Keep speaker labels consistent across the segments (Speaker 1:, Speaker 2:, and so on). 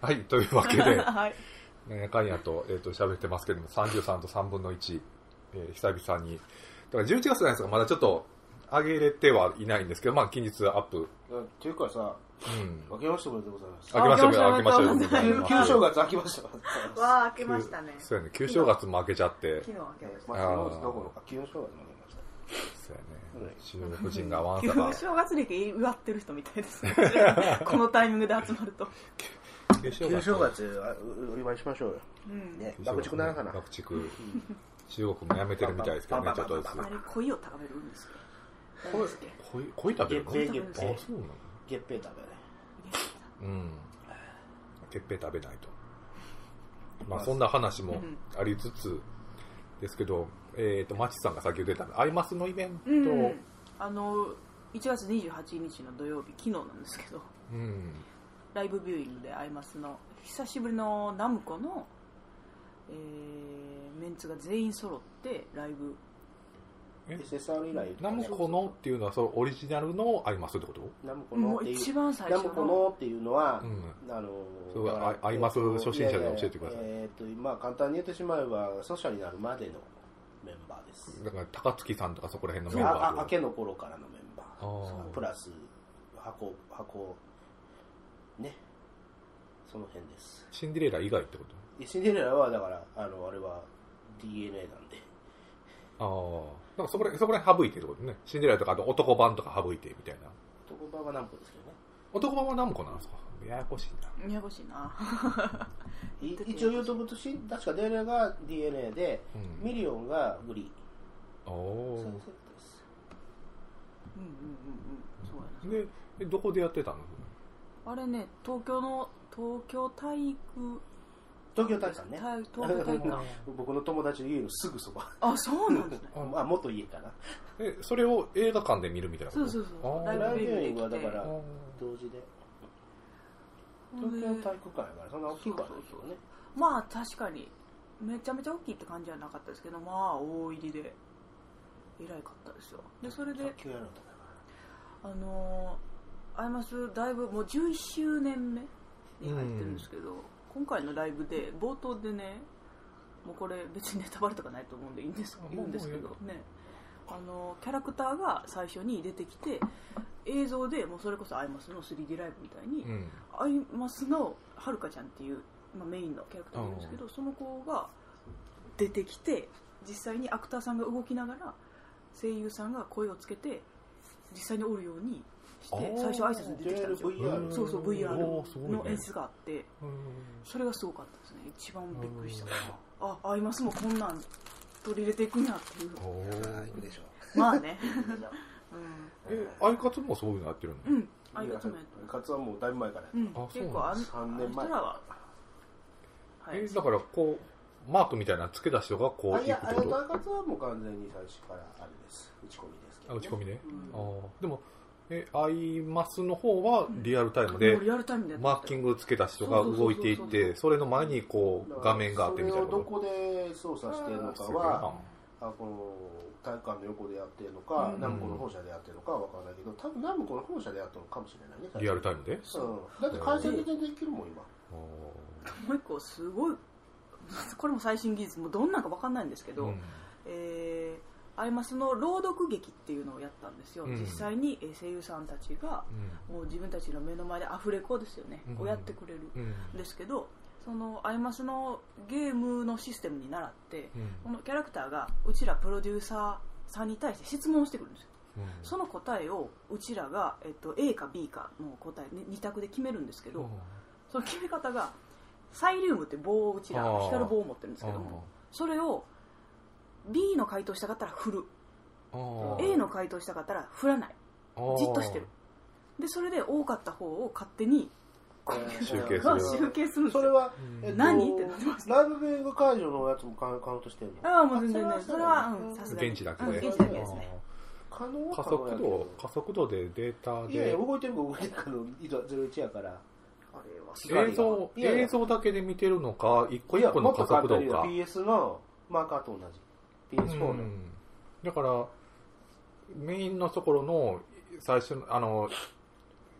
Speaker 1: はい、というわけ で、
Speaker 2: はい。
Speaker 1: なんやかんやと、えっ、と、喋ってますけども、33と3分の1、えー久々に。だから11月じゃないですか、まだちょっと、上げれてはいないんですけど、まあ、近日アップ。
Speaker 3: っていうかさ、
Speaker 1: うん。
Speaker 3: 明けましておめでとうございます。
Speaker 1: 明けましょう
Speaker 2: あ
Speaker 1: よ、
Speaker 2: 明
Speaker 1: 明け
Speaker 2: け
Speaker 1: ま
Speaker 2: ま
Speaker 1: しょ
Speaker 2: し
Speaker 1: う
Speaker 2: ょう
Speaker 1: よ。
Speaker 2: 明けましょう
Speaker 3: 旧旧正月明けましたか
Speaker 2: わあ、開けましたね。
Speaker 1: そうやね、旧正月も明けちゃって、
Speaker 2: 昨日開けまし
Speaker 3: まあ、昨日どころか、旧正月も明けました。
Speaker 1: そう
Speaker 3: う
Speaker 1: やね
Speaker 3: ん、
Speaker 1: 中国人がワンサ
Speaker 2: た。
Speaker 1: バ
Speaker 2: 旧、正月歴祝ってる人みたいですね。このタイミングで集まると。
Speaker 1: 旧正
Speaker 3: 旧正月、あうお祝いしましょうよ。
Speaker 2: うん。
Speaker 3: ね、爆竹ならかな。
Speaker 1: 爆竹。中国もやめてるみたいですけどね、ちょっとずつ。
Speaker 2: あれ、恋を高めるんですよ。
Speaker 3: こう
Speaker 1: こい、こい食べるのあ、
Speaker 3: 月
Speaker 1: そうな
Speaker 3: 餅
Speaker 1: の
Speaker 3: 月餅月餅食べね。
Speaker 1: うん。てっぺい食べないと。まあ、そんな話もありつつ、ですけど、えっ、と、まちさんが先ほど出た、アイマスのイベント、
Speaker 2: う
Speaker 1: うんん。。
Speaker 2: あの、1月28日の土曜日、昨日なんですけど、ライブビューイングでアイマスの、久しぶりのナムコの、えー、メンツが全員揃ってライブ。
Speaker 3: SSR 以来。
Speaker 1: ナムコのっていうのは、そのオリジナルのアイマスってこと
Speaker 3: ナムコの
Speaker 2: も
Speaker 3: っ
Speaker 2: う
Speaker 3: てい
Speaker 2: 一
Speaker 3: う。
Speaker 2: 番最
Speaker 3: ナ
Speaker 2: 初
Speaker 3: ムコ
Speaker 2: の。
Speaker 3: のっていうのは
Speaker 1: う、ん。
Speaker 3: あの
Speaker 1: そう
Speaker 3: だから
Speaker 1: あアイマス
Speaker 3: えっと
Speaker 1: 初心者で教えてください
Speaker 3: やややえっとまあ簡単に言ってしまえばソシャになるまでのメンバーです
Speaker 1: だから、高槻さんとかそこら辺のメン
Speaker 3: あ
Speaker 1: バ
Speaker 3: あ
Speaker 1: ー
Speaker 3: 明
Speaker 1: と。
Speaker 3: けの頃からのメンバ
Speaker 1: あー
Speaker 3: ープラス箱箱ねその辺です
Speaker 1: シンデレラ以外ってこ
Speaker 3: シンデレラはだからあのあれは DNA なんで
Speaker 1: とああ。なんかそこら、そこら辺省いてるってことね。シンデレラとか、あと男版とか省いてみたいな。
Speaker 3: 男版はナムコですけどね
Speaker 1: 男版はナムコなんですかややこしいな。
Speaker 2: ややこしいな。
Speaker 3: い一応言うとことし確かデレラが DNA で
Speaker 1: うん
Speaker 3: ミリオンがグリーン
Speaker 1: おお
Speaker 3: そういうことです
Speaker 2: うんうんうんうん。そうやな。
Speaker 1: で、えどこでやってたの
Speaker 2: あれね、東京の、東京体育、
Speaker 3: 東京大会ね
Speaker 2: 体東京体 育館。
Speaker 3: 僕の友達の家のすぐそば
Speaker 2: あ、そうなんですね。
Speaker 1: あ
Speaker 3: まあ元家かな
Speaker 1: え、それを映画館で見るみたいなこ
Speaker 2: そ
Speaker 1: と
Speaker 2: うそうそう。
Speaker 1: あー
Speaker 3: ライブ
Speaker 2: ビ
Speaker 3: ビ
Speaker 2: ュー
Speaker 3: ュー
Speaker 2: イ
Speaker 3: イ
Speaker 2: ン
Speaker 3: ン
Speaker 2: グ
Speaker 3: グ
Speaker 2: で
Speaker 3: は
Speaker 2: き
Speaker 3: だ
Speaker 2: て
Speaker 3: から
Speaker 1: あ
Speaker 3: 同時で
Speaker 2: ほん
Speaker 3: 東
Speaker 2: で
Speaker 3: 京体育館やからそんな大きくはないけどね
Speaker 2: まあ確かに、めちゃめちゃ大きいって感じはなかったですけど、まあ大入りで、偉いかったですよ。で、それで
Speaker 3: 卓、球やろうとか
Speaker 2: あのー、アイマスだいぶもう11周年目に入ってるんですけど、今回のライブで冒頭でねもうこれ別にネタバレとかないと思うんでいいんです
Speaker 1: あ
Speaker 2: いいんですけど
Speaker 1: も
Speaker 2: ねあのーキャラクターが最初に出てきて映像でもうそれこそアイマスの 3D ライブみたいに、
Speaker 1: うん。
Speaker 2: アイマスのはるかちゃんっていう、まあ、メインのキャラクターなんですけど、その子が出てきて実際にアクターさんが動きながら声優さんが声をつけて実際におるようにし
Speaker 1: あ
Speaker 2: て
Speaker 1: ー
Speaker 2: 最初挨拶に出てきたんですよ
Speaker 3: VR
Speaker 2: そうそう
Speaker 1: おーす
Speaker 2: VR
Speaker 1: ごいね
Speaker 2: の演出があってそれがすごかったですね一番びっくりしたのはあアイマスもこんなん取り入れていくんやっていう
Speaker 1: お
Speaker 3: な
Speaker 1: ー
Speaker 3: 行くでしょ
Speaker 2: まあね
Speaker 1: え、アイカツもそういうのやってる
Speaker 2: うん、
Speaker 1: の
Speaker 2: うん、ありがとうね
Speaker 3: カツはもうだいぶ前からやっ
Speaker 2: うん
Speaker 1: あそう
Speaker 2: 結構あん
Speaker 3: た3年
Speaker 2: あの
Speaker 3: 前
Speaker 2: 人らは、は
Speaker 1: え、だからこう、マークみたいなのつけた人がこう
Speaker 3: あい
Speaker 1: 行
Speaker 3: や
Speaker 1: くって
Speaker 3: あれ
Speaker 1: こ
Speaker 3: と
Speaker 1: と
Speaker 3: カツはもう完全に最初からあれです打ち込みですけ
Speaker 1: あ
Speaker 3: ど、ね、
Speaker 1: 打ち込みね。
Speaker 2: うん
Speaker 1: ああ。でも、え、アイマスの方はリアルタイムで
Speaker 2: もう、リアルタイムでやってま
Speaker 1: マ
Speaker 2: した
Speaker 1: ーキングつけた人が動いてい
Speaker 2: そうそうそう
Speaker 1: て、それの前にこう、画面があってみたいな
Speaker 3: それをど
Speaker 1: こ
Speaker 3: こで操作してるのか
Speaker 1: と。すごいな
Speaker 3: はあこの体育館の横でやってるのか、
Speaker 2: うん
Speaker 3: ナムコの本社でやってるのかは分からないけど多分ナムコの本社でやったのかもしれないね
Speaker 1: リアル
Speaker 3: ル
Speaker 1: タイムで
Speaker 3: うん、だって回線で全然できるもん今
Speaker 1: あ
Speaker 2: もう一個すごいこれも最新技術もうどんなんか分かんないんですけ
Speaker 1: ー
Speaker 2: ど、
Speaker 1: うん
Speaker 2: えーアイマスの朗読劇っていうのをやったんですよ、
Speaker 1: うん
Speaker 2: 実際にえー声優さんたちがもう自分たちの目の前でアフレコですよね、
Speaker 1: うん
Speaker 2: をやってくれる
Speaker 1: うんうん
Speaker 2: んですけどそのアイマスのゲームのシステムに倣って
Speaker 1: うん
Speaker 2: このキャラクターがうちらプロデューサーさんに対して質問してくるんですよ
Speaker 1: うん
Speaker 2: その答えをうちらが、えっと、A か B かの答え2択で決めるんですけど、その決め方がサイリウムって棒をうちら
Speaker 1: あー
Speaker 2: 光る棒を持ってるんですけどもそれを B の回答したかったら振る
Speaker 1: あー
Speaker 2: A の回答したかったら振らないじっとしてるでそれで多かった方を勝手にこう
Speaker 1: 集計す
Speaker 2: が
Speaker 1: る
Speaker 2: 集計するんです
Speaker 3: それ
Speaker 2: よ
Speaker 3: は、
Speaker 1: うん
Speaker 3: えっと
Speaker 2: 何ってなってました
Speaker 3: ライブビューイング会場のやつもカウンカウントしてるの
Speaker 2: ああもう全然ねそれは
Speaker 3: そううん
Speaker 2: さすがに
Speaker 1: 現地だけで
Speaker 2: うん現地だけですね
Speaker 3: 可能
Speaker 1: あー加
Speaker 3: 可能や
Speaker 1: 速
Speaker 3: け
Speaker 1: 度
Speaker 3: ど
Speaker 1: 加速度でデータ
Speaker 3: いやい
Speaker 1: で
Speaker 3: や動いてるか動いてるかの井戸01やから
Speaker 2: あれは
Speaker 3: え
Speaker 1: 映像
Speaker 3: いやいや
Speaker 1: 映像だけで見てるのか一個一個の加速度
Speaker 3: いやもっと
Speaker 1: か
Speaker 3: 簡単に言うと PS のマーカーと同じ PS4 の、
Speaker 1: うんだからメインのところの最初のあの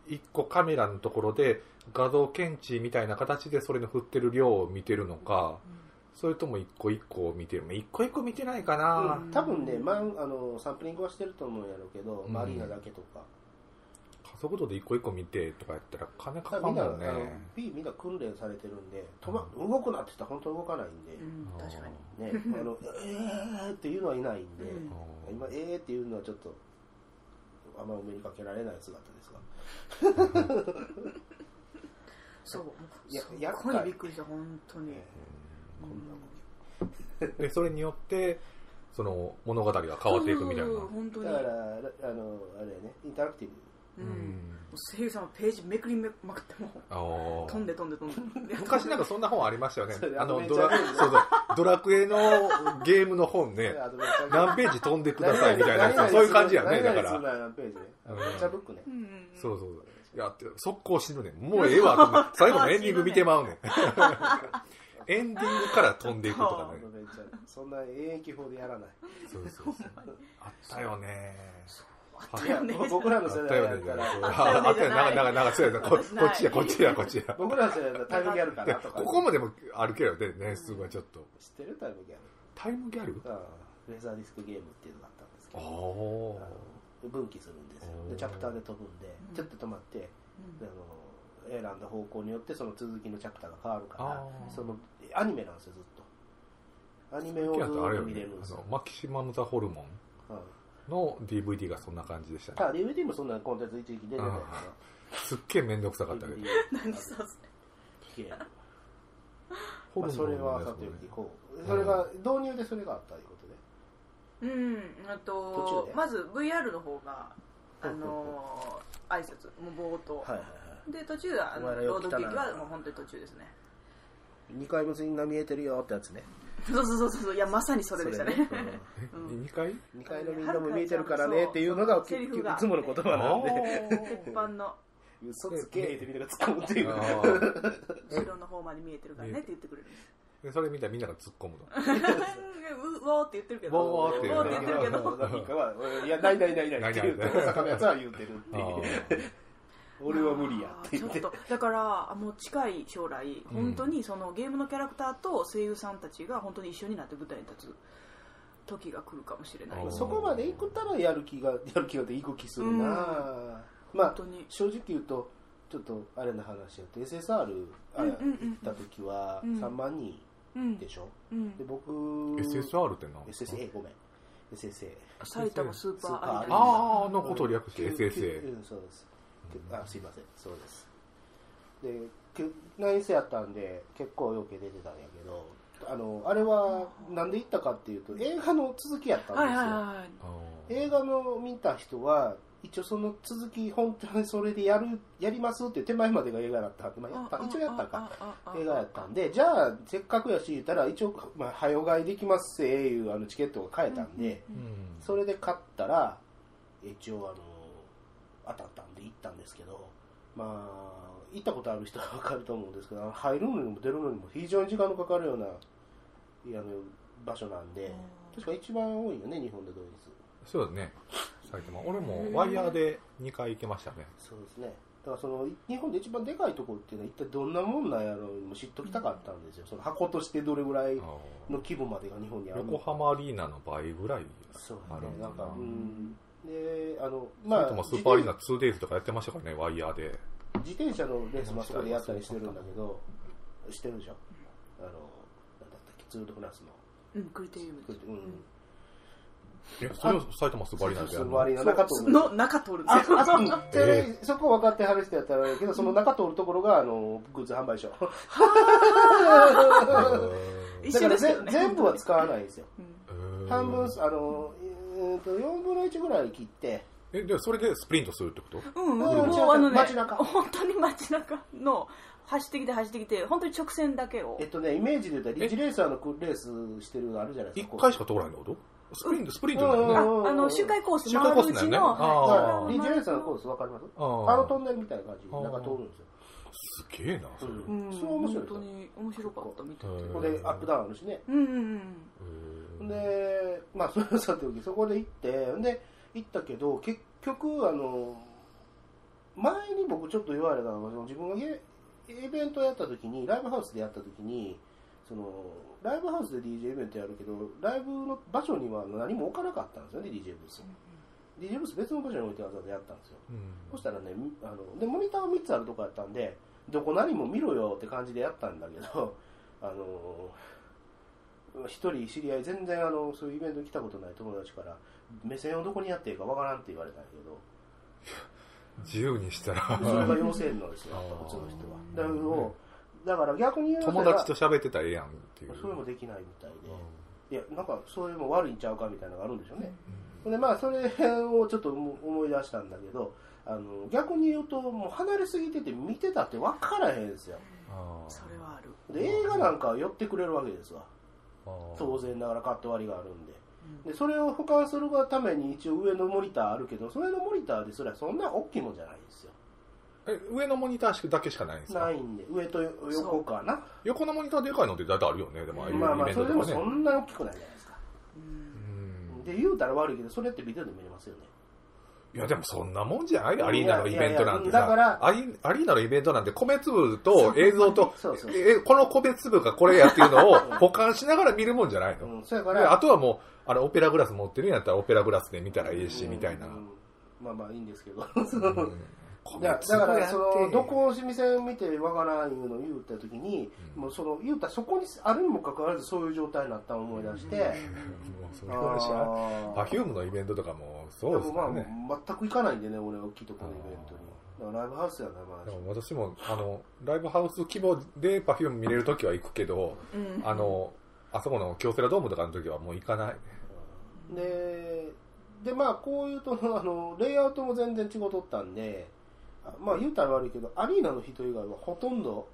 Speaker 1: 一個カメラのところで画像検知みたいな形でそれの振ってる量を見てるのか、それとも一個一個を見てる。まあ一個一個見てないかな、
Speaker 3: 多分ね、まあ、あのサンプリングはしてると思うんやろうけど、
Speaker 1: うん
Speaker 3: マリーナだけとか
Speaker 1: 加速度で一個一個見てとかやったら金かか
Speaker 3: だ
Speaker 1: る
Speaker 3: から
Speaker 1: も
Speaker 3: みんな、
Speaker 1: んね
Speaker 3: あ。の B みんな訓練されてるんで止ま動くなって言ったら本当に動かないんで、
Speaker 2: うん確かに
Speaker 3: ね、あの、 えーっていうのはいないんで、
Speaker 2: うん
Speaker 1: うん
Speaker 3: 今、えーっていうのはちょっと、あんまお目にかけられない姿ですが、
Speaker 2: そう
Speaker 3: いや
Speaker 2: す
Speaker 3: やっ
Speaker 2: っ
Speaker 3: かい
Speaker 2: ごいびっくりした本当に、
Speaker 3: えーこんなもん
Speaker 1: で、それによって、その物語が変わっていくみたいな。
Speaker 2: そうそうそう本当に
Speaker 3: だから、あの、あれやね、インタラクティ
Speaker 2: う
Speaker 1: うん
Speaker 2: も
Speaker 1: ん。
Speaker 2: う声優さんはページめくりめまくっても
Speaker 1: あー
Speaker 2: 飛んで飛んで飛んで
Speaker 1: 昔なんかそんな本ありましたよね
Speaker 3: それ。
Speaker 1: あの、ドラ
Speaker 3: アドベンチャーゲーム、
Speaker 1: そうそう。ドラクエのゲームの本
Speaker 3: ブ
Speaker 1: ね、
Speaker 3: アドベンチャーゲーム
Speaker 1: 何ページ飛んでくださいみたいなやつ、そういう感じやね、だから。
Speaker 3: 何々するなら何ページね。アドベンチャーブックね
Speaker 2: う。ん
Speaker 1: そうそうそう。やって、速攻死ぬねん。もうええわ。最後のエンディング見てまうねん。 エンディングから飛んでいくと
Speaker 3: ア
Speaker 1: かね
Speaker 3: ド。ベンチャー、そんな永遠気法でやらない。
Speaker 1: そうそうそう。あったよね。
Speaker 2: あったよね
Speaker 3: いや 僕ら
Speaker 1: あ
Speaker 3: の世
Speaker 1: った
Speaker 3: 代
Speaker 1: よ
Speaker 3: だっ
Speaker 1: ね。じ
Speaker 3: た
Speaker 1: ゃ
Speaker 3: ら
Speaker 1: な、いあったよね。なんか、なんか、なんか、そうやな。ここっちや、こっちや、こっちや。
Speaker 3: 僕らの世代だったらタイムギャルか
Speaker 1: で
Speaker 3: なとか、
Speaker 1: ここまでも歩けるよね、ね、すごいちょっと。
Speaker 3: 知ってるタイムギャル。
Speaker 1: タイムギャルあ
Speaker 3: あレーザーディスクゲームっていうのがあったんですけ
Speaker 1: あ
Speaker 3: ど。
Speaker 1: ー。
Speaker 3: あの分岐するんですよ
Speaker 1: お
Speaker 3: で
Speaker 1: ー
Speaker 3: チャプターで飛ぶんで
Speaker 2: うん
Speaker 3: ちょっと止まって、
Speaker 2: うん
Speaker 3: であの選んだ方向によってその続きのチャプターが変わるか
Speaker 1: あ
Speaker 3: ら
Speaker 1: ー
Speaker 3: そのアニメなんですよずっとアニメをず
Speaker 1: キ
Speaker 3: っ
Speaker 1: ャあれよ
Speaker 3: と見れ
Speaker 1: ね
Speaker 3: るんで
Speaker 1: あ
Speaker 3: すよ
Speaker 1: の、マキシマム・ザ・ホルモ
Speaker 3: はい
Speaker 1: ンの DVD がそんな感じでした
Speaker 3: た
Speaker 1: ね。
Speaker 3: だ DVD もそんなコンテンツ一時期出てたよ
Speaker 1: すっげえめんどくさかったけど。
Speaker 3: な
Speaker 2: 何させ
Speaker 3: ゲ ーム
Speaker 1: ホ
Speaker 3: まあ
Speaker 1: ル
Speaker 3: そ
Speaker 1: モン
Speaker 3: れは
Speaker 1: の
Speaker 3: さ
Speaker 1: やつ
Speaker 3: て
Speaker 1: も
Speaker 3: お
Speaker 1: ね
Speaker 3: きこうそれが導入でそれがあったということで
Speaker 2: うんあ
Speaker 3: 途中
Speaker 2: と
Speaker 3: で
Speaker 2: まず VR の方があのー挨拶もう冒頭、
Speaker 3: はいはいは
Speaker 2: で途中はあ
Speaker 3: お
Speaker 2: の
Speaker 3: 前らよ
Speaker 2: 朗
Speaker 3: く来
Speaker 2: 読
Speaker 3: たな
Speaker 2: 劇はもう本当に途中ですね
Speaker 3: い2回結びが見えてるよってやつね
Speaker 2: そうそうそうそういやまさにそれでしたね
Speaker 3: それね
Speaker 1: え
Speaker 2: うん
Speaker 1: 二回
Speaker 3: うん、2回のみんなも見えてるからねっていうのが
Speaker 2: セリフ
Speaker 3: い
Speaker 2: が
Speaker 3: つもの言葉なんで
Speaker 2: 鉄板の
Speaker 3: 嘘つけってみんなが突っ込むっていうね
Speaker 1: あー
Speaker 2: 後ろの方まで見えてるからねって言ってくれるんです
Speaker 1: でそれ見たらみんなが突っ込むの。
Speaker 2: うわーって言ってるけど
Speaker 1: わーって言うね
Speaker 2: 言ってるけど
Speaker 3: 何かは、いや、ないないないないって言うて、
Speaker 1: ないないな
Speaker 3: 大阪のやつは言うてるっていう。
Speaker 1: あ
Speaker 3: 俺は無理やって
Speaker 2: ち
Speaker 3: 言
Speaker 2: ょ
Speaker 3: っ。
Speaker 2: ってとだからもう近い将来本当にそのゲームのキャラクターと声優さんたちが本当に一緒になって舞台に立つ時が来るかもしれない
Speaker 1: あー
Speaker 3: そこまで行くたらやる気が、やる気がでいく気するなま
Speaker 2: 本
Speaker 3: あ
Speaker 2: 当、に
Speaker 3: 正直言うと、ちょっとあれの話やって、SSR あ
Speaker 2: うん
Speaker 3: れ
Speaker 2: うんうん
Speaker 3: 行った時は
Speaker 2: うん
Speaker 3: 3万人
Speaker 2: うん
Speaker 3: でしょ
Speaker 2: うん
Speaker 3: で、僕、
Speaker 1: ー SSR って何
Speaker 3: SSA、ごめん。SSA。
Speaker 2: 埼玉スーパーアリーナ
Speaker 1: あーのことを略して SSA
Speaker 3: うん、そうです。あ、すいません、そうです。で、き内戦やったんで、結構よけ出てたんやけど、あの、あれは、なんで行ったかっていうと、映画の続きやったんで
Speaker 2: は
Speaker 3: すよ。
Speaker 2: いはいはい
Speaker 1: あー
Speaker 3: 映画の見た人は、一応その続き、本当にそれでやる、やりますっていう手前までが映画だったんで、まあ、やった、一応やったか。映画やったんで、じゃあ、せっかくやし、言ったら、一応、まあ、早替えできますせ、いう、あの、チケットが買えたんで、
Speaker 1: うん。
Speaker 3: それで勝ったら、一応あの、当たったんで行ったんですけど、まあ、行ったことある人は分かると思うんですけど、あの入るのにも出るのにも非常に時間のかかるような、いやあの場所なんで、確か一番多いよね、日本で同日。
Speaker 1: そうだね。埼玉。俺もワイヤーで2回行けましたね。
Speaker 3: そうですね。だからその、い日本で一番でかいところっていうのは一体どんなもんなんやろうも知っときたかったんですよ。その箱としてどれぐらい
Speaker 1: あ
Speaker 3: の
Speaker 1: ー
Speaker 3: 規模までが日本にあるの
Speaker 1: 横
Speaker 3: か
Speaker 1: 浜アリーナの倍ぐらい。
Speaker 3: そう
Speaker 1: あ
Speaker 3: で
Speaker 1: る
Speaker 3: すね。
Speaker 1: ん
Speaker 3: な
Speaker 1: だな
Speaker 3: んか、うん。で、あの、
Speaker 1: ま
Speaker 3: ま
Speaker 1: あ、
Speaker 3: あ、
Speaker 1: スーパーアリーナ 2days とかやってましたからね、ワイヤーで。
Speaker 3: 自転車のレースもあそこでやったりしてるんだけど、知ってるでしょあの、なんだったっけ、ツールドフランスの。
Speaker 2: うんクリテリウムです
Speaker 3: うん。
Speaker 1: え、それを埼玉スーパーアリーナで
Speaker 3: そ
Speaker 1: やる
Speaker 3: の
Speaker 1: の
Speaker 3: あれが中通る。
Speaker 2: の中通るんです
Speaker 3: あ、
Speaker 2: よ
Speaker 3: あそこ、そこ分かってはる人やったらあれやけど、その中通るところが、あの、グッズ販売所。
Speaker 1: え
Speaker 3: だ
Speaker 2: 一
Speaker 3: か
Speaker 2: 緒
Speaker 3: ら
Speaker 2: です
Speaker 3: ぜ
Speaker 2: よね
Speaker 3: 全部は使わないんですよ。
Speaker 2: うん
Speaker 1: ー
Speaker 3: 半分、あの、えーと4分の1ぐらい切って、
Speaker 1: え、で、それでスプリントするってこと
Speaker 2: うん、
Speaker 3: うん
Speaker 2: もうあのね
Speaker 3: 街中
Speaker 2: 本当に街中の走ってきて走ってきて本当に直線だけを
Speaker 3: えっとね、イメージで言うと、リッジレーサーのレースしてるのあるじゃないですか。
Speaker 1: 1回しか通らないのことスプリント、スプリントだよね。
Speaker 2: あ
Speaker 1: あ
Speaker 2: あの周回コース
Speaker 1: 周回
Speaker 2: 回
Speaker 1: コ
Speaker 2: る
Speaker 1: ー
Speaker 2: う
Speaker 1: スだ
Speaker 2: ち
Speaker 1: よね
Speaker 2: の
Speaker 1: あ
Speaker 2: は
Speaker 3: リ
Speaker 2: い
Speaker 3: ッジレーサーのコース分かります
Speaker 1: ー
Speaker 3: あのトンネルみたいな感じで、
Speaker 1: あー
Speaker 3: 中通るんですよ。
Speaker 1: すげえな、それ。
Speaker 3: うん
Speaker 2: うん
Speaker 3: それは面白
Speaker 2: 本
Speaker 3: い
Speaker 2: 当に面白かったみたい
Speaker 1: へー
Speaker 3: ここでアップダウンあるしね。
Speaker 2: うんうんうん
Speaker 1: うん
Speaker 3: で、まあ、それはさておき、そこで行って、で、行ったけど、結局、あの、前に僕ちょっと言われたのが、その自分がゲイベントやった時にライブハウスでやった時にそのライブハウスで DJ イベントやるけどライブの場所には何も置かなかったんですよね DJ ブース、DJ ブース別の場所に置いてわざわざやったんですよ、そしたらねみあのでモニター3つあるとこやったんでどこ何も見ろよって感じでやったんだけど あの一人知り合い全然あのそういうイベント来たことない友達から目線をどこにやっていいかわからんって言われたんやけど
Speaker 1: 自由にしたら、
Speaker 3: それが要請なんですよ、やっぱ普通の人は。 だけど、だから逆に言う
Speaker 1: 友達と喋ってたらええやんっていう。
Speaker 3: それもできないみたいで、いや、なんかそれも悪いんちゃうかみたいなのがあるんでしょうね。ほんで、まあ、それをちょっと思い出したんだけど、あの逆に言うと、もう離れすぎてて見てたって分からへんですよ。
Speaker 1: あー
Speaker 2: それはある、
Speaker 3: で、映画なんかは寄ってくれるわけですわ。
Speaker 1: あー
Speaker 3: 当然ながらカット割りがあるんで。
Speaker 2: うん
Speaker 3: でそれを保管するがために一応上のモニターあるけどそれのモニターですらそんな大きいもんじゃないんですよ
Speaker 1: え、上のモニターだけしかないんです
Speaker 3: な
Speaker 1: か
Speaker 3: いんで上と横かな
Speaker 1: 横のモニターでかいのって大体あるよね、でもああいうイ
Speaker 3: まあま
Speaker 1: ベ
Speaker 3: あ
Speaker 1: ン
Speaker 3: そ
Speaker 1: ト
Speaker 3: れで
Speaker 1: と
Speaker 3: も
Speaker 1: かね
Speaker 3: そ。んなに大きくないじゃないですか、
Speaker 2: うん
Speaker 1: うん
Speaker 3: で言うたら悪いけどそれってビデオで見れますよね
Speaker 1: いやでもそんなもんじゃない
Speaker 3: や
Speaker 1: アリーナのイベントなんて
Speaker 3: いやいやだから
Speaker 1: さ。アリアリーナのイベントなんて米粒と映像と
Speaker 3: そうそう、そう
Speaker 1: え、この米粒がこれやっていうのを 保管しながら見るもんじゃないの。
Speaker 3: うん、そやか
Speaker 1: であ
Speaker 3: ら
Speaker 1: とはもう、あの、オペラグラス持ってるんやったらオペラグラスで見たらええし、
Speaker 3: うん
Speaker 1: みたいな。
Speaker 3: うんまあまあいいんですけ ど、
Speaker 1: うん
Speaker 3: いやだからそのどこを見せ見てわからんいうのを言うた時に、
Speaker 1: うん
Speaker 3: もうその言うたらそこにあるにもかかわらずそういう状態になったのを思い出して、
Speaker 1: もう そ
Speaker 3: あ
Speaker 1: れは知らん
Speaker 3: ー
Speaker 1: パフュームのイベントとかもそ
Speaker 3: で
Speaker 1: うです
Speaker 3: もま
Speaker 1: か
Speaker 3: あ、
Speaker 1: らね。
Speaker 3: 全く行かないんでね、俺は大きいところのイベントに。だからライブハウスやな、ま
Speaker 1: で
Speaker 3: あ。
Speaker 1: も私も、あの、ライブハウス規模でパフューム見れるときは行くけど、
Speaker 2: うん
Speaker 1: あの、あそこの京セラドームとかのときはもう行かない。
Speaker 3: で、で、まあ、こういうと、あの、レイアウトも全然違うとったんで、あまあ、言うたら悪いけど、アリーナの人以外はほとんど、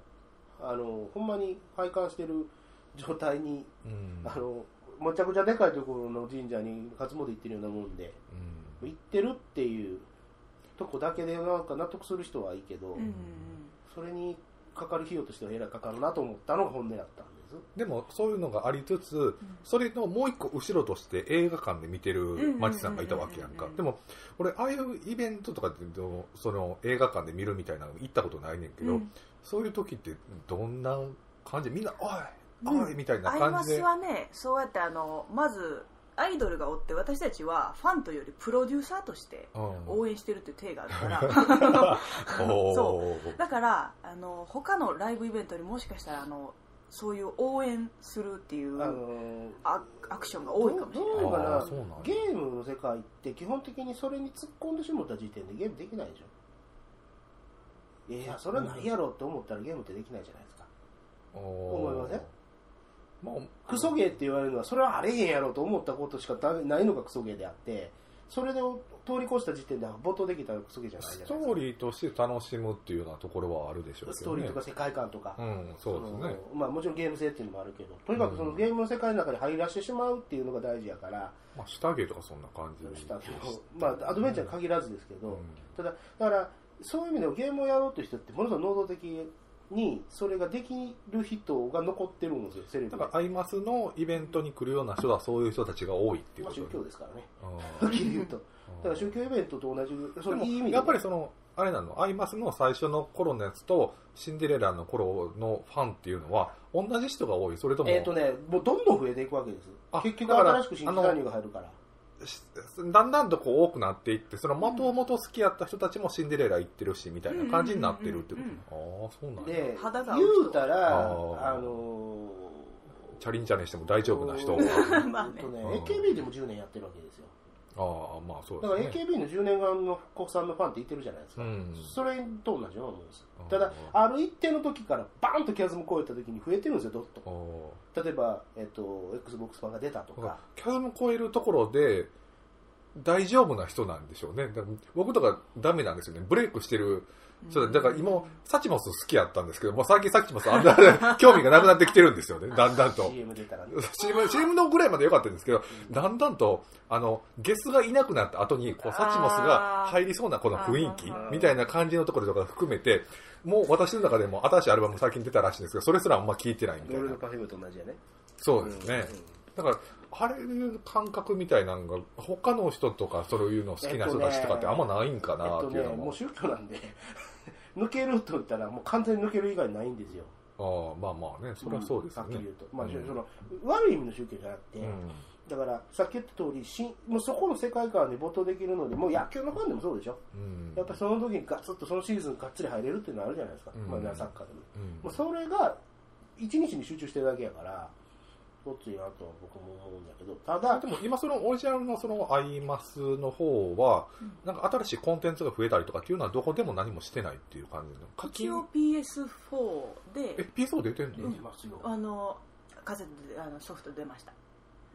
Speaker 3: あの、ほんまに拝観してる状態に、
Speaker 1: うん
Speaker 3: あの、むちゃくちゃでかいところの神社に初詣行ってるようなもんで、
Speaker 1: うん
Speaker 3: 行ってるっていうとこだけでなんか納得する人はいいけど、
Speaker 2: うんうん
Speaker 3: それにかかる費用としてはえらいかかるなと思ったのが本音だったんです。
Speaker 1: でもそういうのがありつつ、それのもう一個後ろとして映画館で見てるマチさんがいたわけやんか
Speaker 2: うんうんうん
Speaker 1: で
Speaker 2: うん
Speaker 1: も俺ああいうイベントとかってその映画館で見るみたいなの行ったことないねんけ
Speaker 2: うん
Speaker 1: ど、
Speaker 2: うん
Speaker 1: そういう時ってどんな感じみんな「おい
Speaker 2: うん
Speaker 1: おい!」みたいな
Speaker 2: アイ
Speaker 1: 感
Speaker 2: マ
Speaker 1: じ
Speaker 2: ス
Speaker 1: で、
Speaker 2: はねそうやってあのまずアイドルがおって私たちはファンというよりプロデューサーとして
Speaker 1: うん
Speaker 2: 応援してるっていう体があるからそう
Speaker 1: おー
Speaker 2: だからあの他のライブイベントにもしかしたらあのそういう応援するっていう
Speaker 3: あの
Speaker 2: アアクションが多いかもしれない
Speaker 3: どうだから
Speaker 1: あーそうなんや
Speaker 3: ゲームの世界って基本的にそれに突っ込んでしまった時点でゲームできないでしょいやそれはないやろって思ったらゲームってできないじゃないですか
Speaker 1: おー
Speaker 3: 思いません
Speaker 1: まあ
Speaker 3: クソゲーって言われるのはそれはあれへんやろと思ったことしかだないのがクソゲーであってそれで通り越した時点で没頭できたらクソゲーじゃないじゃない
Speaker 1: ス
Speaker 3: です
Speaker 1: ト
Speaker 3: か
Speaker 1: ーリーとして楽しむっていうようなところはあるでしょう
Speaker 3: ス
Speaker 1: け
Speaker 3: ト
Speaker 1: ど
Speaker 3: ーリ
Speaker 1: ね
Speaker 3: ーとか世界観とか、
Speaker 1: うんそうですね
Speaker 3: そのまあ、もちろんゲーム性っていうのもあるけどとにかくそのゲームの世界の中に入らしてしまうっていうのが大事やから、
Speaker 1: まあ下芸とかそんな感じで
Speaker 3: したけど、まあ、アドベンチャーに限らずですけど、
Speaker 1: うん
Speaker 3: ただ、だから、そういう意味でもゲームをやろうという人って、ものすごい能動的に、それができる人が残ってるんですよ、セレブ
Speaker 1: だ
Speaker 3: が。
Speaker 1: か
Speaker 3: ま
Speaker 1: らアイマスのイベントに来るような人はそういう人たちが多いっていう
Speaker 3: あ、
Speaker 1: こと
Speaker 3: 宗
Speaker 1: ね
Speaker 3: 教 ですからね、
Speaker 1: う
Speaker 3: は
Speaker 1: ん
Speaker 3: っきり言うと。だから宗教イベントと同じ、それいい
Speaker 1: で
Speaker 3: 意味
Speaker 1: も
Speaker 3: で。
Speaker 1: やっぱりそのあれなのアイマスの最初の頃のやつとシンデレラの頃のファンっていうのは同じ人が多いそれとも、
Speaker 3: えっ、とね、もうどんどん増えていくわけです
Speaker 1: あ。
Speaker 3: 結局
Speaker 1: だから
Speaker 3: 新しく新規加入が入るから。
Speaker 1: しだんだんとこう多くなっていってその元々好きやった人たちもシンデレラ行ってるしみたいな感じになってるってこと、ああそうなんだ
Speaker 3: で、
Speaker 2: 肌が合う
Speaker 3: 言
Speaker 2: 人
Speaker 3: うたら、
Speaker 1: あー
Speaker 3: あのー
Speaker 1: チャリンチャリンしても大丈夫な人
Speaker 3: うー ん
Speaker 2: まあね
Speaker 3: えっとね、
Speaker 1: うん
Speaker 3: AKB でも10年やってるわけですよ。
Speaker 1: ああまあそう
Speaker 3: だから
Speaker 1: ですね
Speaker 3: AKB の10年間の国産のファンっていてるじゃないですか、
Speaker 1: うん
Speaker 3: それと同じようなもんです
Speaker 1: うん
Speaker 3: ただある一定の時からバーンとキャズム超えた時に増えてるんですよどっ
Speaker 1: ああ
Speaker 3: と例えば、えっと XBOX 版が出たとか、
Speaker 1: キャズム超えるところで大丈夫な人なんでしょうねだから僕とかダメなんですよねブレイクしてる人だ,、だから今サチモス好きやったんですけどもう最近サチモスあんまり興味がな くなってきてるんですよねだんだんと
Speaker 3: CM 出たらね
Speaker 1: CM, CM のぐらいまで良かったんですけどだんだんとあのゲスがいなくなった後にこうサチモスが入りそうなこの雰囲気
Speaker 2: あー
Speaker 1: みたいな感じのところとか含めてもう私の中でも新しいアルバム最近出たらしいんですけどそれすらあんま聞いてないみたい
Speaker 3: 俺
Speaker 1: な
Speaker 3: のパフュームと同じやね
Speaker 1: そうですね、
Speaker 3: うん
Speaker 1: だから、あれいう感覚みたいなのが、他の人とか、そういうの好きな人たちとかってあんまないんかな
Speaker 3: えっ
Speaker 1: っ
Speaker 3: と
Speaker 1: てい
Speaker 3: ね
Speaker 1: うの
Speaker 3: もう
Speaker 1: も。
Speaker 3: 宗教なんで 抜けると言ったらもう完全に抜ける以外ないんですよ
Speaker 1: ああ、まあまあね、それはそうです
Speaker 3: は
Speaker 1: よ
Speaker 3: っきり
Speaker 1: ね
Speaker 3: 言。うと、まあ
Speaker 1: うん
Speaker 3: その悪い意味の宗教じゃなくて、
Speaker 1: うん。
Speaker 3: だからさっき言った通りしもうそこの世界観に没頭できるのでもう野球のファンでもそうでしょ
Speaker 1: うん。
Speaker 3: やっぱりその時にガツッとそのシーズンがっつり入れるっていうのはあるじゃないですか、
Speaker 1: うん
Speaker 3: まあ、サッカーでも
Speaker 1: うん
Speaker 3: もうそれが一日に集中してるだけやからごっついなとは僕も思うんだけどただ
Speaker 1: でも今そのオリジナルのそのアイマスの方は、なんか新しいコンテンツが増えたりとかっていうのはどこでも何もしてないっていう感じの。課
Speaker 2: 一
Speaker 1: 金
Speaker 2: 応 PS4 で
Speaker 1: え、PSO 出てん
Speaker 3: 出
Speaker 1: の
Speaker 3: てますよ、
Speaker 2: あのカセットであのソフト出ました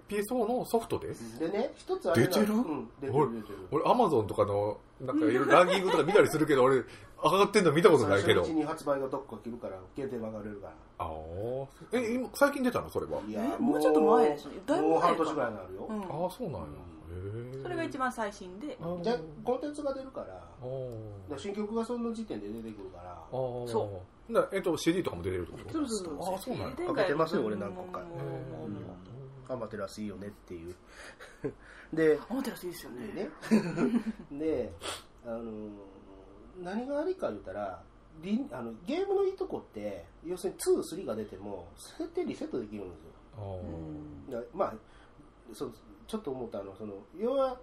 Speaker 1: ?PSO のソフトで
Speaker 3: でね一つあれなん
Speaker 1: 出てる
Speaker 3: うん、出てる出てる
Speaker 1: 俺、アマゾンとかの、なん かいろいろランキングとか見たりするけど、俺、上がってんの見たことないけど
Speaker 3: 初日。に発売がどっか切るから限定曲がれるから
Speaker 1: ああ。え、今、最近出たのそれは。
Speaker 3: い
Speaker 2: えもうちょっと前でしょだいぶ前か
Speaker 3: もう半年ぐらいになるよ、
Speaker 2: うん
Speaker 1: ああ、そうなんや。へえ。
Speaker 2: それが一番最新で
Speaker 1: あー。
Speaker 3: じゃあコンテンツが出るからだ
Speaker 1: あ
Speaker 3: から新曲がその時点で出てくるから
Speaker 1: ー。
Speaker 2: そ
Speaker 1: そう。だからえっと、CD とかも出てるってこと
Speaker 2: そうそうそう
Speaker 1: ああ、そうなんや。
Speaker 2: で
Speaker 3: かけてますよ俺何個か
Speaker 2: も
Speaker 1: へ
Speaker 2: う
Speaker 1: ー
Speaker 2: もうも
Speaker 3: アマテラスいいよねっていう で
Speaker 2: うアマテラスいいですよね
Speaker 3: でねであの何が悪いか言うたらリンあのゲームのいいとこって要するに23が出ても設定リセットできるんですよ
Speaker 1: あー
Speaker 2: うん
Speaker 3: だまあそうちょっと思ったのはその要は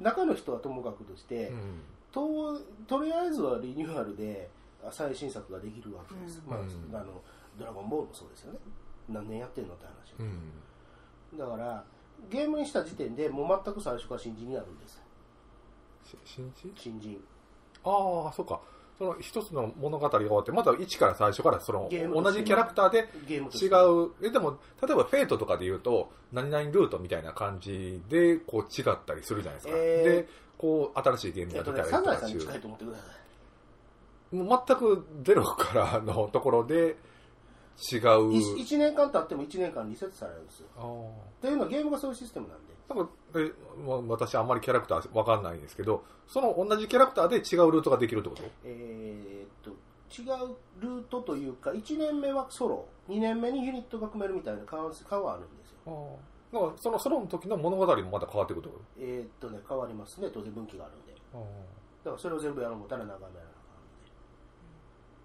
Speaker 3: 中の人はともかくとして、
Speaker 1: うん
Speaker 3: ととりあえずはリニューアルであ最新作ができるわけです、
Speaker 2: うん
Speaker 3: まあ
Speaker 1: うん
Speaker 3: あの「ドラゴンボール」もそうですよね何年やってんのって話、
Speaker 1: うん。
Speaker 3: だからゲームにした時点でもう全く最初から新人になるんです
Speaker 1: し新人
Speaker 3: 新人
Speaker 1: ああ、そうか。その一つの物語が終わって、また一から最初からその
Speaker 3: ゲームと
Speaker 1: 同
Speaker 3: して
Speaker 1: じキャラクターで
Speaker 3: ゲームとして
Speaker 1: 違う。え、でも、例えばフェイトとかで言うと、何々ルートみたいな感じで、こう違ったりするじゃないですか。
Speaker 3: えー
Speaker 1: で、こう新しいゲーム
Speaker 3: え
Speaker 1: が
Speaker 3: っ
Speaker 1: 出
Speaker 3: と
Speaker 1: たり
Speaker 3: ね
Speaker 1: と
Speaker 3: サザエ
Speaker 1: か
Speaker 3: さん
Speaker 1: し
Speaker 3: に
Speaker 1: て
Speaker 3: 近いと思ってください
Speaker 1: もう全くゼロからのところで違う。
Speaker 3: 1年間経っても1年間リセットされるんですよ
Speaker 1: あー
Speaker 3: っていうのはゲームがそういうシステムなんで
Speaker 1: なんかえま私あんまりキャラクターわかんないんですけど、その同じキャラクターで違うルートができるってこと
Speaker 3: えーっと違うルートというか1年目はソロ2年目にユニットが組めるみたいな感感はあるんですよ
Speaker 1: だからそのソロの時の物語もまた変わってくるってこ
Speaker 3: えーっとね変わりますね当然分岐があるんでだ
Speaker 1: と
Speaker 3: からそれを全部やろう思ったら長めなのか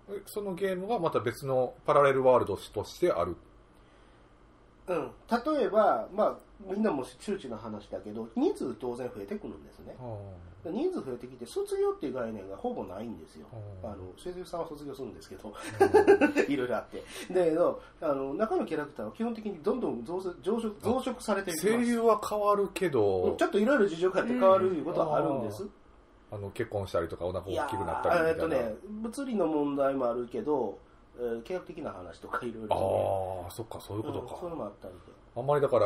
Speaker 1: えそのゲームがまた別のパラレルワールドとしてある。
Speaker 3: うん例えばまあみんなも周知の話だけど人数当然増えてくるんですね人数増えてきて卒業っていう概念がほぼないんですよあの水星さんは卒業するんですけど いろいろあってだけどあの中のキャラクターは基本的にどんどん増殖増殖増殖されてい き
Speaker 1: 声
Speaker 3: ます
Speaker 1: 優は変わるけ
Speaker 3: うん
Speaker 1: ど
Speaker 3: ち、ょっといろいろ事情があって変わるいうことはあるんです、
Speaker 1: あの結婚したりとかお腹
Speaker 3: いや
Speaker 1: 大きくなったりみ
Speaker 3: ーえ
Speaker 1: た
Speaker 3: っと
Speaker 1: いな。
Speaker 3: ね物理の問題もあるけど、えー契約的な話とかいろいろ
Speaker 1: ああ、そっか、そういう
Speaker 3: うん
Speaker 1: こと
Speaker 3: そういうの
Speaker 1: か。
Speaker 3: もあったりで
Speaker 1: あんまりだから、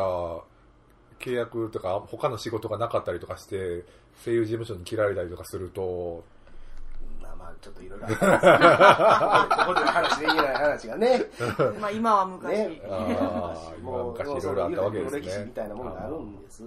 Speaker 1: 契約とか他の仕事がなかったりとかして、声優事務所に切られたりとかすると、
Speaker 3: まあまあちょっといろいろあったんですけどここで話できない話がね
Speaker 2: まあ今は昔、
Speaker 3: ね
Speaker 1: あー
Speaker 3: もう
Speaker 1: 今昔いろいろあったわけですね
Speaker 3: もうそうそういろいろ歴史みたいなものがあるんです。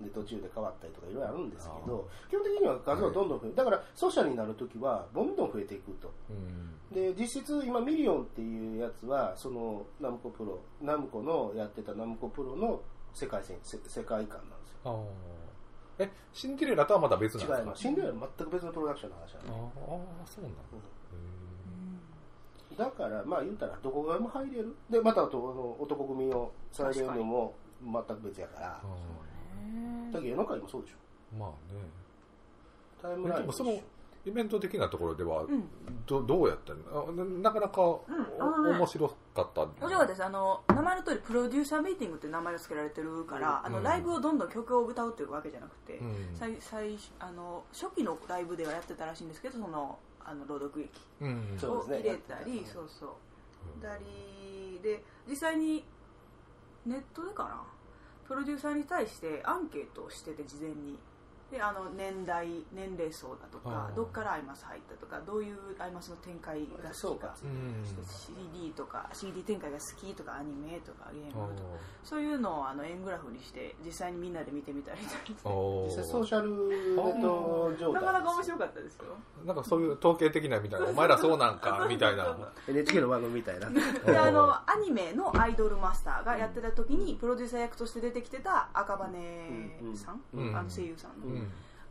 Speaker 3: で途中で変わったりとかいろいろあるんですけど、基本的には数はどんどん増える。だから、ソシャルになるときは、どんどん増えていくと。
Speaker 1: うん
Speaker 3: で、実質、今、ミリオンっていうやつは、その、ナムコプロ、ナムコのやってたナムコプロの世界線、せ世界観なんですよ。
Speaker 1: あーえ、シンデレラとはまた別なんですか
Speaker 3: 違います。シンデレラは全く別のプロダクションの話
Speaker 1: あー
Speaker 3: な
Speaker 1: あ
Speaker 3: ん
Speaker 1: ー、そうなんだ。
Speaker 2: う
Speaker 1: へ
Speaker 2: ん
Speaker 3: で。だから、まあ言うたら、どこがも入れる。で、また、あとあの男組の再現のも全く別やから
Speaker 1: ー。あー
Speaker 3: だけど、世の中もそうでしょ。
Speaker 1: まあね、
Speaker 3: タイムライン一緒
Speaker 1: でもイベント的なところでは
Speaker 2: うん
Speaker 1: ど,、どうやったのあななかなか、お
Speaker 2: あのね
Speaker 1: 面白かった。
Speaker 2: 面白かったですあの名前の通りプロデューサーミーティングって名前を付けられてるから、あ
Speaker 1: う
Speaker 2: の
Speaker 1: ん
Speaker 2: ライブをどんどん曲を歌うっていうわけじゃなくて、
Speaker 1: うん
Speaker 2: 最最あの初期のライブではやってたらしいんですけどそのあの朗読劇
Speaker 1: うん
Speaker 3: そ
Speaker 2: を
Speaker 3: うですね
Speaker 2: 入れたり、
Speaker 3: やってた
Speaker 2: そ
Speaker 3: ね
Speaker 2: うそうだりで実際にネットでかなプロデューサーに対してアンケートをしてて事前にであの年代年齢層だとか
Speaker 1: あー
Speaker 2: どっからアイマス入ったとかどういうアイマスの展開が
Speaker 3: そ
Speaker 2: 好
Speaker 3: う
Speaker 2: きか
Speaker 3: か
Speaker 2: CD とか CD 展開が好きとかアニメとかゲー
Speaker 1: あ
Speaker 2: ムとかそういうのをあの円グラフにして実際にみんなで見てみたりとかして
Speaker 1: ーお
Speaker 3: 実際ソー
Speaker 1: ー
Speaker 3: シャルネット状態
Speaker 2: なかなか面白かったですよ
Speaker 1: なんかそういう統計的なみたいな、お前らそうなん か、みたいな。
Speaker 3: NHK の番組みたいな
Speaker 2: であのアニメのアイドルマスターがやってた時にプロデューサー役として出てきてた赤羽さん、
Speaker 3: うん
Speaker 1: うん
Speaker 2: あの声優さんの、
Speaker 1: うん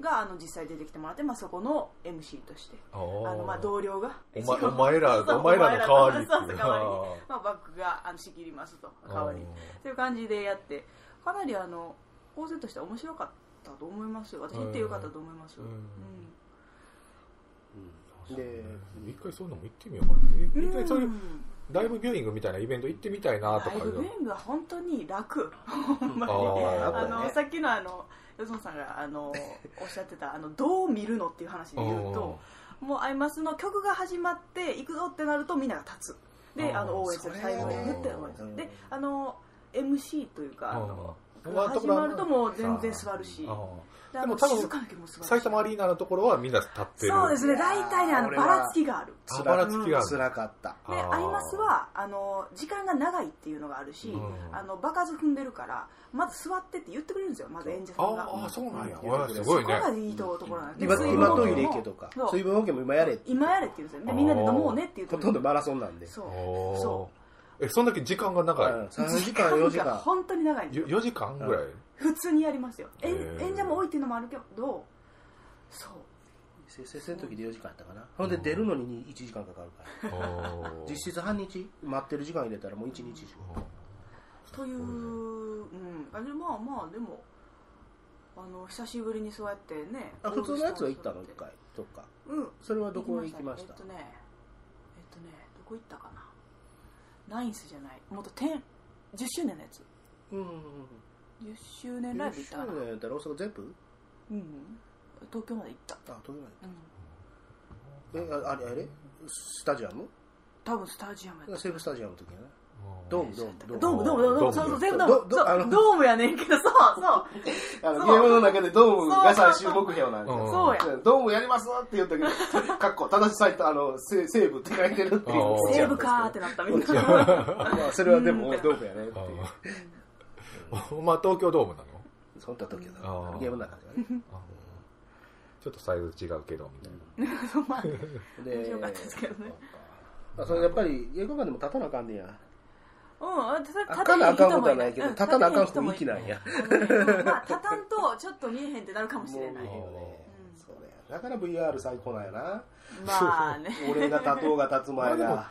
Speaker 2: があの実際出てきてもらって、まあ、そこの MC として
Speaker 1: あ
Speaker 2: あのまあ同僚が
Speaker 1: お
Speaker 2: 一応
Speaker 1: 前お前ら
Speaker 2: そう
Speaker 1: お前らの代わりってい
Speaker 2: そうそう
Speaker 1: う
Speaker 2: 代わりにまあ、バッグがあの仕切りますと代わりにという感じでやってかなりあの構成としては面白かったと思いますよ私行ってよかったと思います、う
Speaker 1: うんん
Speaker 3: うん、で、
Speaker 1: 一回そういうのも行ってみようかな一回そういううんライブビューイングみたいなイベント行ってみたいなとか
Speaker 2: ライブビューイングは本当に楽ほんまに
Speaker 1: あー
Speaker 2: あ
Speaker 3: 楽だ
Speaker 2: の
Speaker 3: ね
Speaker 2: さっきのあのよそんさんが あのおっしゃってたあのどう見るのっていう話で言うともう「アイマス」の曲が始まって行くぞってなるとみんなが立つで
Speaker 1: あー
Speaker 2: あの応援する
Speaker 3: そ
Speaker 2: タ
Speaker 3: れ
Speaker 2: イ
Speaker 3: は
Speaker 2: ミ
Speaker 3: ね
Speaker 2: ングって思いま
Speaker 3: う
Speaker 2: す
Speaker 3: ん
Speaker 2: であの MC というかあの
Speaker 1: まあ
Speaker 2: 始まるともう全然座るし
Speaker 1: あー
Speaker 2: であ
Speaker 1: で
Speaker 2: の
Speaker 1: も多分
Speaker 2: 静かな気もする
Speaker 1: 埼玉アリーナのところはみんな立ってる
Speaker 2: そうですね大体ねあの
Speaker 3: 俺は
Speaker 2: ばらつきがある
Speaker 1: あばらつきがある
Speaker 3: つらかった。
Speaker 2: で
Speaker 1: あー
Speaker 2: アイマスはあの時間が長いっていうのがあるし、
Speaker 1: うん
Speaker 2: あの場数踏んでるからまず座ってって言ってくれるんですよまず演者さ
Speaker 1: あ
Speaker 2: ん
Speaker 1: ー
Speaker 2: が
Speaker 1: あーそうなんや
Speaker 3: うん
Speaker 1: わあすごい
Speaker 2: こ
Speaker 1: ね
Speaker 2: こがいいところなんです
Speaker 3: 今
Speaker 1: う、ん
Speaker 3: 今
Speaker 2: 水
Speaker 3: ト
Speaker 2: 分
Speaker 3: イレ
Speaker 2: 補給
Speaker 3: 行け
Speaker 2: も
Speaker 3: とか
Speaker 2: そ、う
Speaker 3: 水分補給も今やれって。
Speaker 2: 今やれって言うんですよでみんなで飲もうねって言って
Speaker 3: ほ
Speaker 2: く
Speaker 3: と
Speaker 2: れる
Speaker 3: んどマラソンなんで。
Speaker 2: そう
Speaker 1: おー
Speaker 2: そ
Speaker 1: えそんだけ時間が長い、
Speaker 3: うん3時間、4時間。
Speaker 2: 本当に長いんです
Speaker 1: よ
Speaker 2: よ
Speaker 1: 4時間ぐらい、
Speaker 2: 普通にやりますよえ
Speaker 1: へー
Speaker 2: ん演者も多いっていうのもあるけどそう
Speaker 3: 先生の時で4時間やったかな。ほんで出るのに1時間かかるから。
Speaker 1: おー
Speaker 3: 実質半日待ってる時間入れたらもう1日しか。
Speaker 2: という、うん、あれまあまあでもあの久しぶりにそうやってね
Speaker 3: あ、普通のやつは行った
Speaker 2: オー
Speaker 3: の
Speaker 2: ル
Speaker 3: ?1
Speaker 2: スター
Speaker 3: 回とか。
Speaker 2: うん
Speaker 3: それはどこへ行きました
Speaker 2: えっとねえっとねどこ行ったかなナインスじゃないもっと10 10周年のやつ
Speaker 3: うんうん
Speaker 2: 10周年
Speaker 3: うん。
Speaker 2: ライブ行ったかな、
Speaker 3: やったら大阪全部
Speaker 2: うんうん、東京まで行った、
Speaker 3: あ、東京まで。
Speaker 2: うん、
Speaker 3: え、ああれあれスタジアム
Speaker 2: 多分スタジアムやった
Speaker 3: 西武スタジアムの時やな。ドーム、ドーム、ドー
Speaker 2: ドーム
Speaker 3: ム。
Speaker 2: ドームドーム
Speaker 1: ドー
Speaker 2: ドーム
Speaker 1: ム
Speaker 2: そうそう全部ドーム
Speaker 3: ドドあ
Speaker 2: そう
Speaker 3: の
Speaker 2: ドームやねんけどそうそ う
Speaker 3: あ
Speaker 2: そう
Speaker 3: のゲームの中でドームが最終
Speaker 2: そうそうそう
Speaker 3: 目標なんです
Speaker 1: うん
Speaker 3: よ。
Speaker 2: そうや
Speaker 3: ドームやりますって言ったけど、 かっこ、正しいサイト、あの、セセーブって書いてるってい
Speaker 1: あ
Speaker 3: う。
Speaker 2: セーブかーってなったみんな
Speaker 3: まあ、それはでも、
Speaker 2: うん
Speaker 3: ドームやねって
Speaker 1: あ
Speaker 3: いう。
Speaker 1: ーまあ東京ドームなの
Speaker 3: そんな時だ
Speaker 1: あー
Speaker 3: ゲームの中ではね。
Speaker 1: あーちょっとサイズ違うけどみたいな、
Speaker 2: そう まあ
Speaker 3: で
Speaker 2: 面白かったですけどね。
Speaker 3: あそれやっぱり映画館でも立たなあかんねや。
Speaker 2: うん、立
Speaker 3: あかなあかんことはないけど、
Speaker 2: うん
Speaker 3: 立たなあかん
Speaker 2: 立て
Speaker 3: 雰
Speaker 2: へ
Speaker 3: 囲気
Speaker 2: 人もいる
Speaker 3: なんや。
Speaker 2: うんまあ、立たんとちょっと見えへんってなるかもしれない
Speaker 3: もう見えへんよね
Speaker 2: うん
Speaker 3: そうだよだから VR 最高なんやな。
Speaker 2: まあね
Speaker 3: 俺が立とうが立つ前
Speaker 1: ま
Speaker 3: が。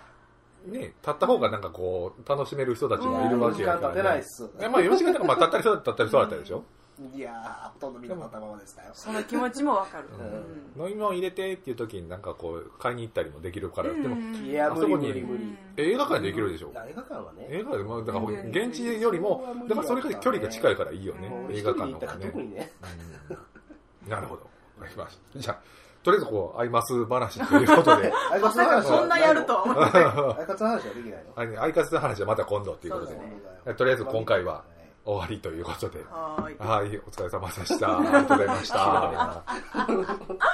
Speaker 1: ね立った方がなんかこう楽しめる人たちもいるわけやから、
Speaker 3: うん時間立てないっす
Speaker 1: やまあ4時間とかまあ立ったりそうだったりそうだったでしょ、
Speaker 3: いやー、ほとんどみんな立ったままでしたよ。
Speaker 2: その気持ちもわかる、
Speaker 1: う
Speaker 2: うんん
Speaker 1: 飲み物入れてっていう時になんかこう買いに行ったりもできるから、でも
Speaker 2: うん
Speaker 3: いや、無理無理
Speaker 1: あそ
Speaker 3: 無
Speaker 2: う
Speaker 3: 理
Speaker 2: ん。
Speaker 1: 映画館でできるでしょ、
Speaker 3: 映画館はね。
Speaker 1: 映画館でまあだから現地よりも
Speaker 3: うん
Speaker 1: だからそれから距離が近いからいいよね、
Speaker 3: もう俺
Speaker 1: 映
Speaker 3: 一
Speaker 1: 画
Speaker 3: 人で
Speaker 1: 館
Speaker 3: 行
Speaker 1: の
Speaker 3: った
Speaker 1: 方
Speaker 3: か
Speaker 1: がね
Speaker 3: ら特にね。
Speaker 1: うんなるほど。わかりました。じゃあ、とりあえずこう、アイマス話ということ で、
Speaker 3: あい
Speaker 2: まさかそんなやるとは思ってない
Speaker 3: あいかつの話はできないの。
Speaker 1: あの相活の話はまた今度ということで、
Speaker 2: そうですね
Speaker 1: とりあえず今回は終わりということで、
Speaker 2: はーい
Speaker 1: はい、お疲れ様でした。ありがとうございました。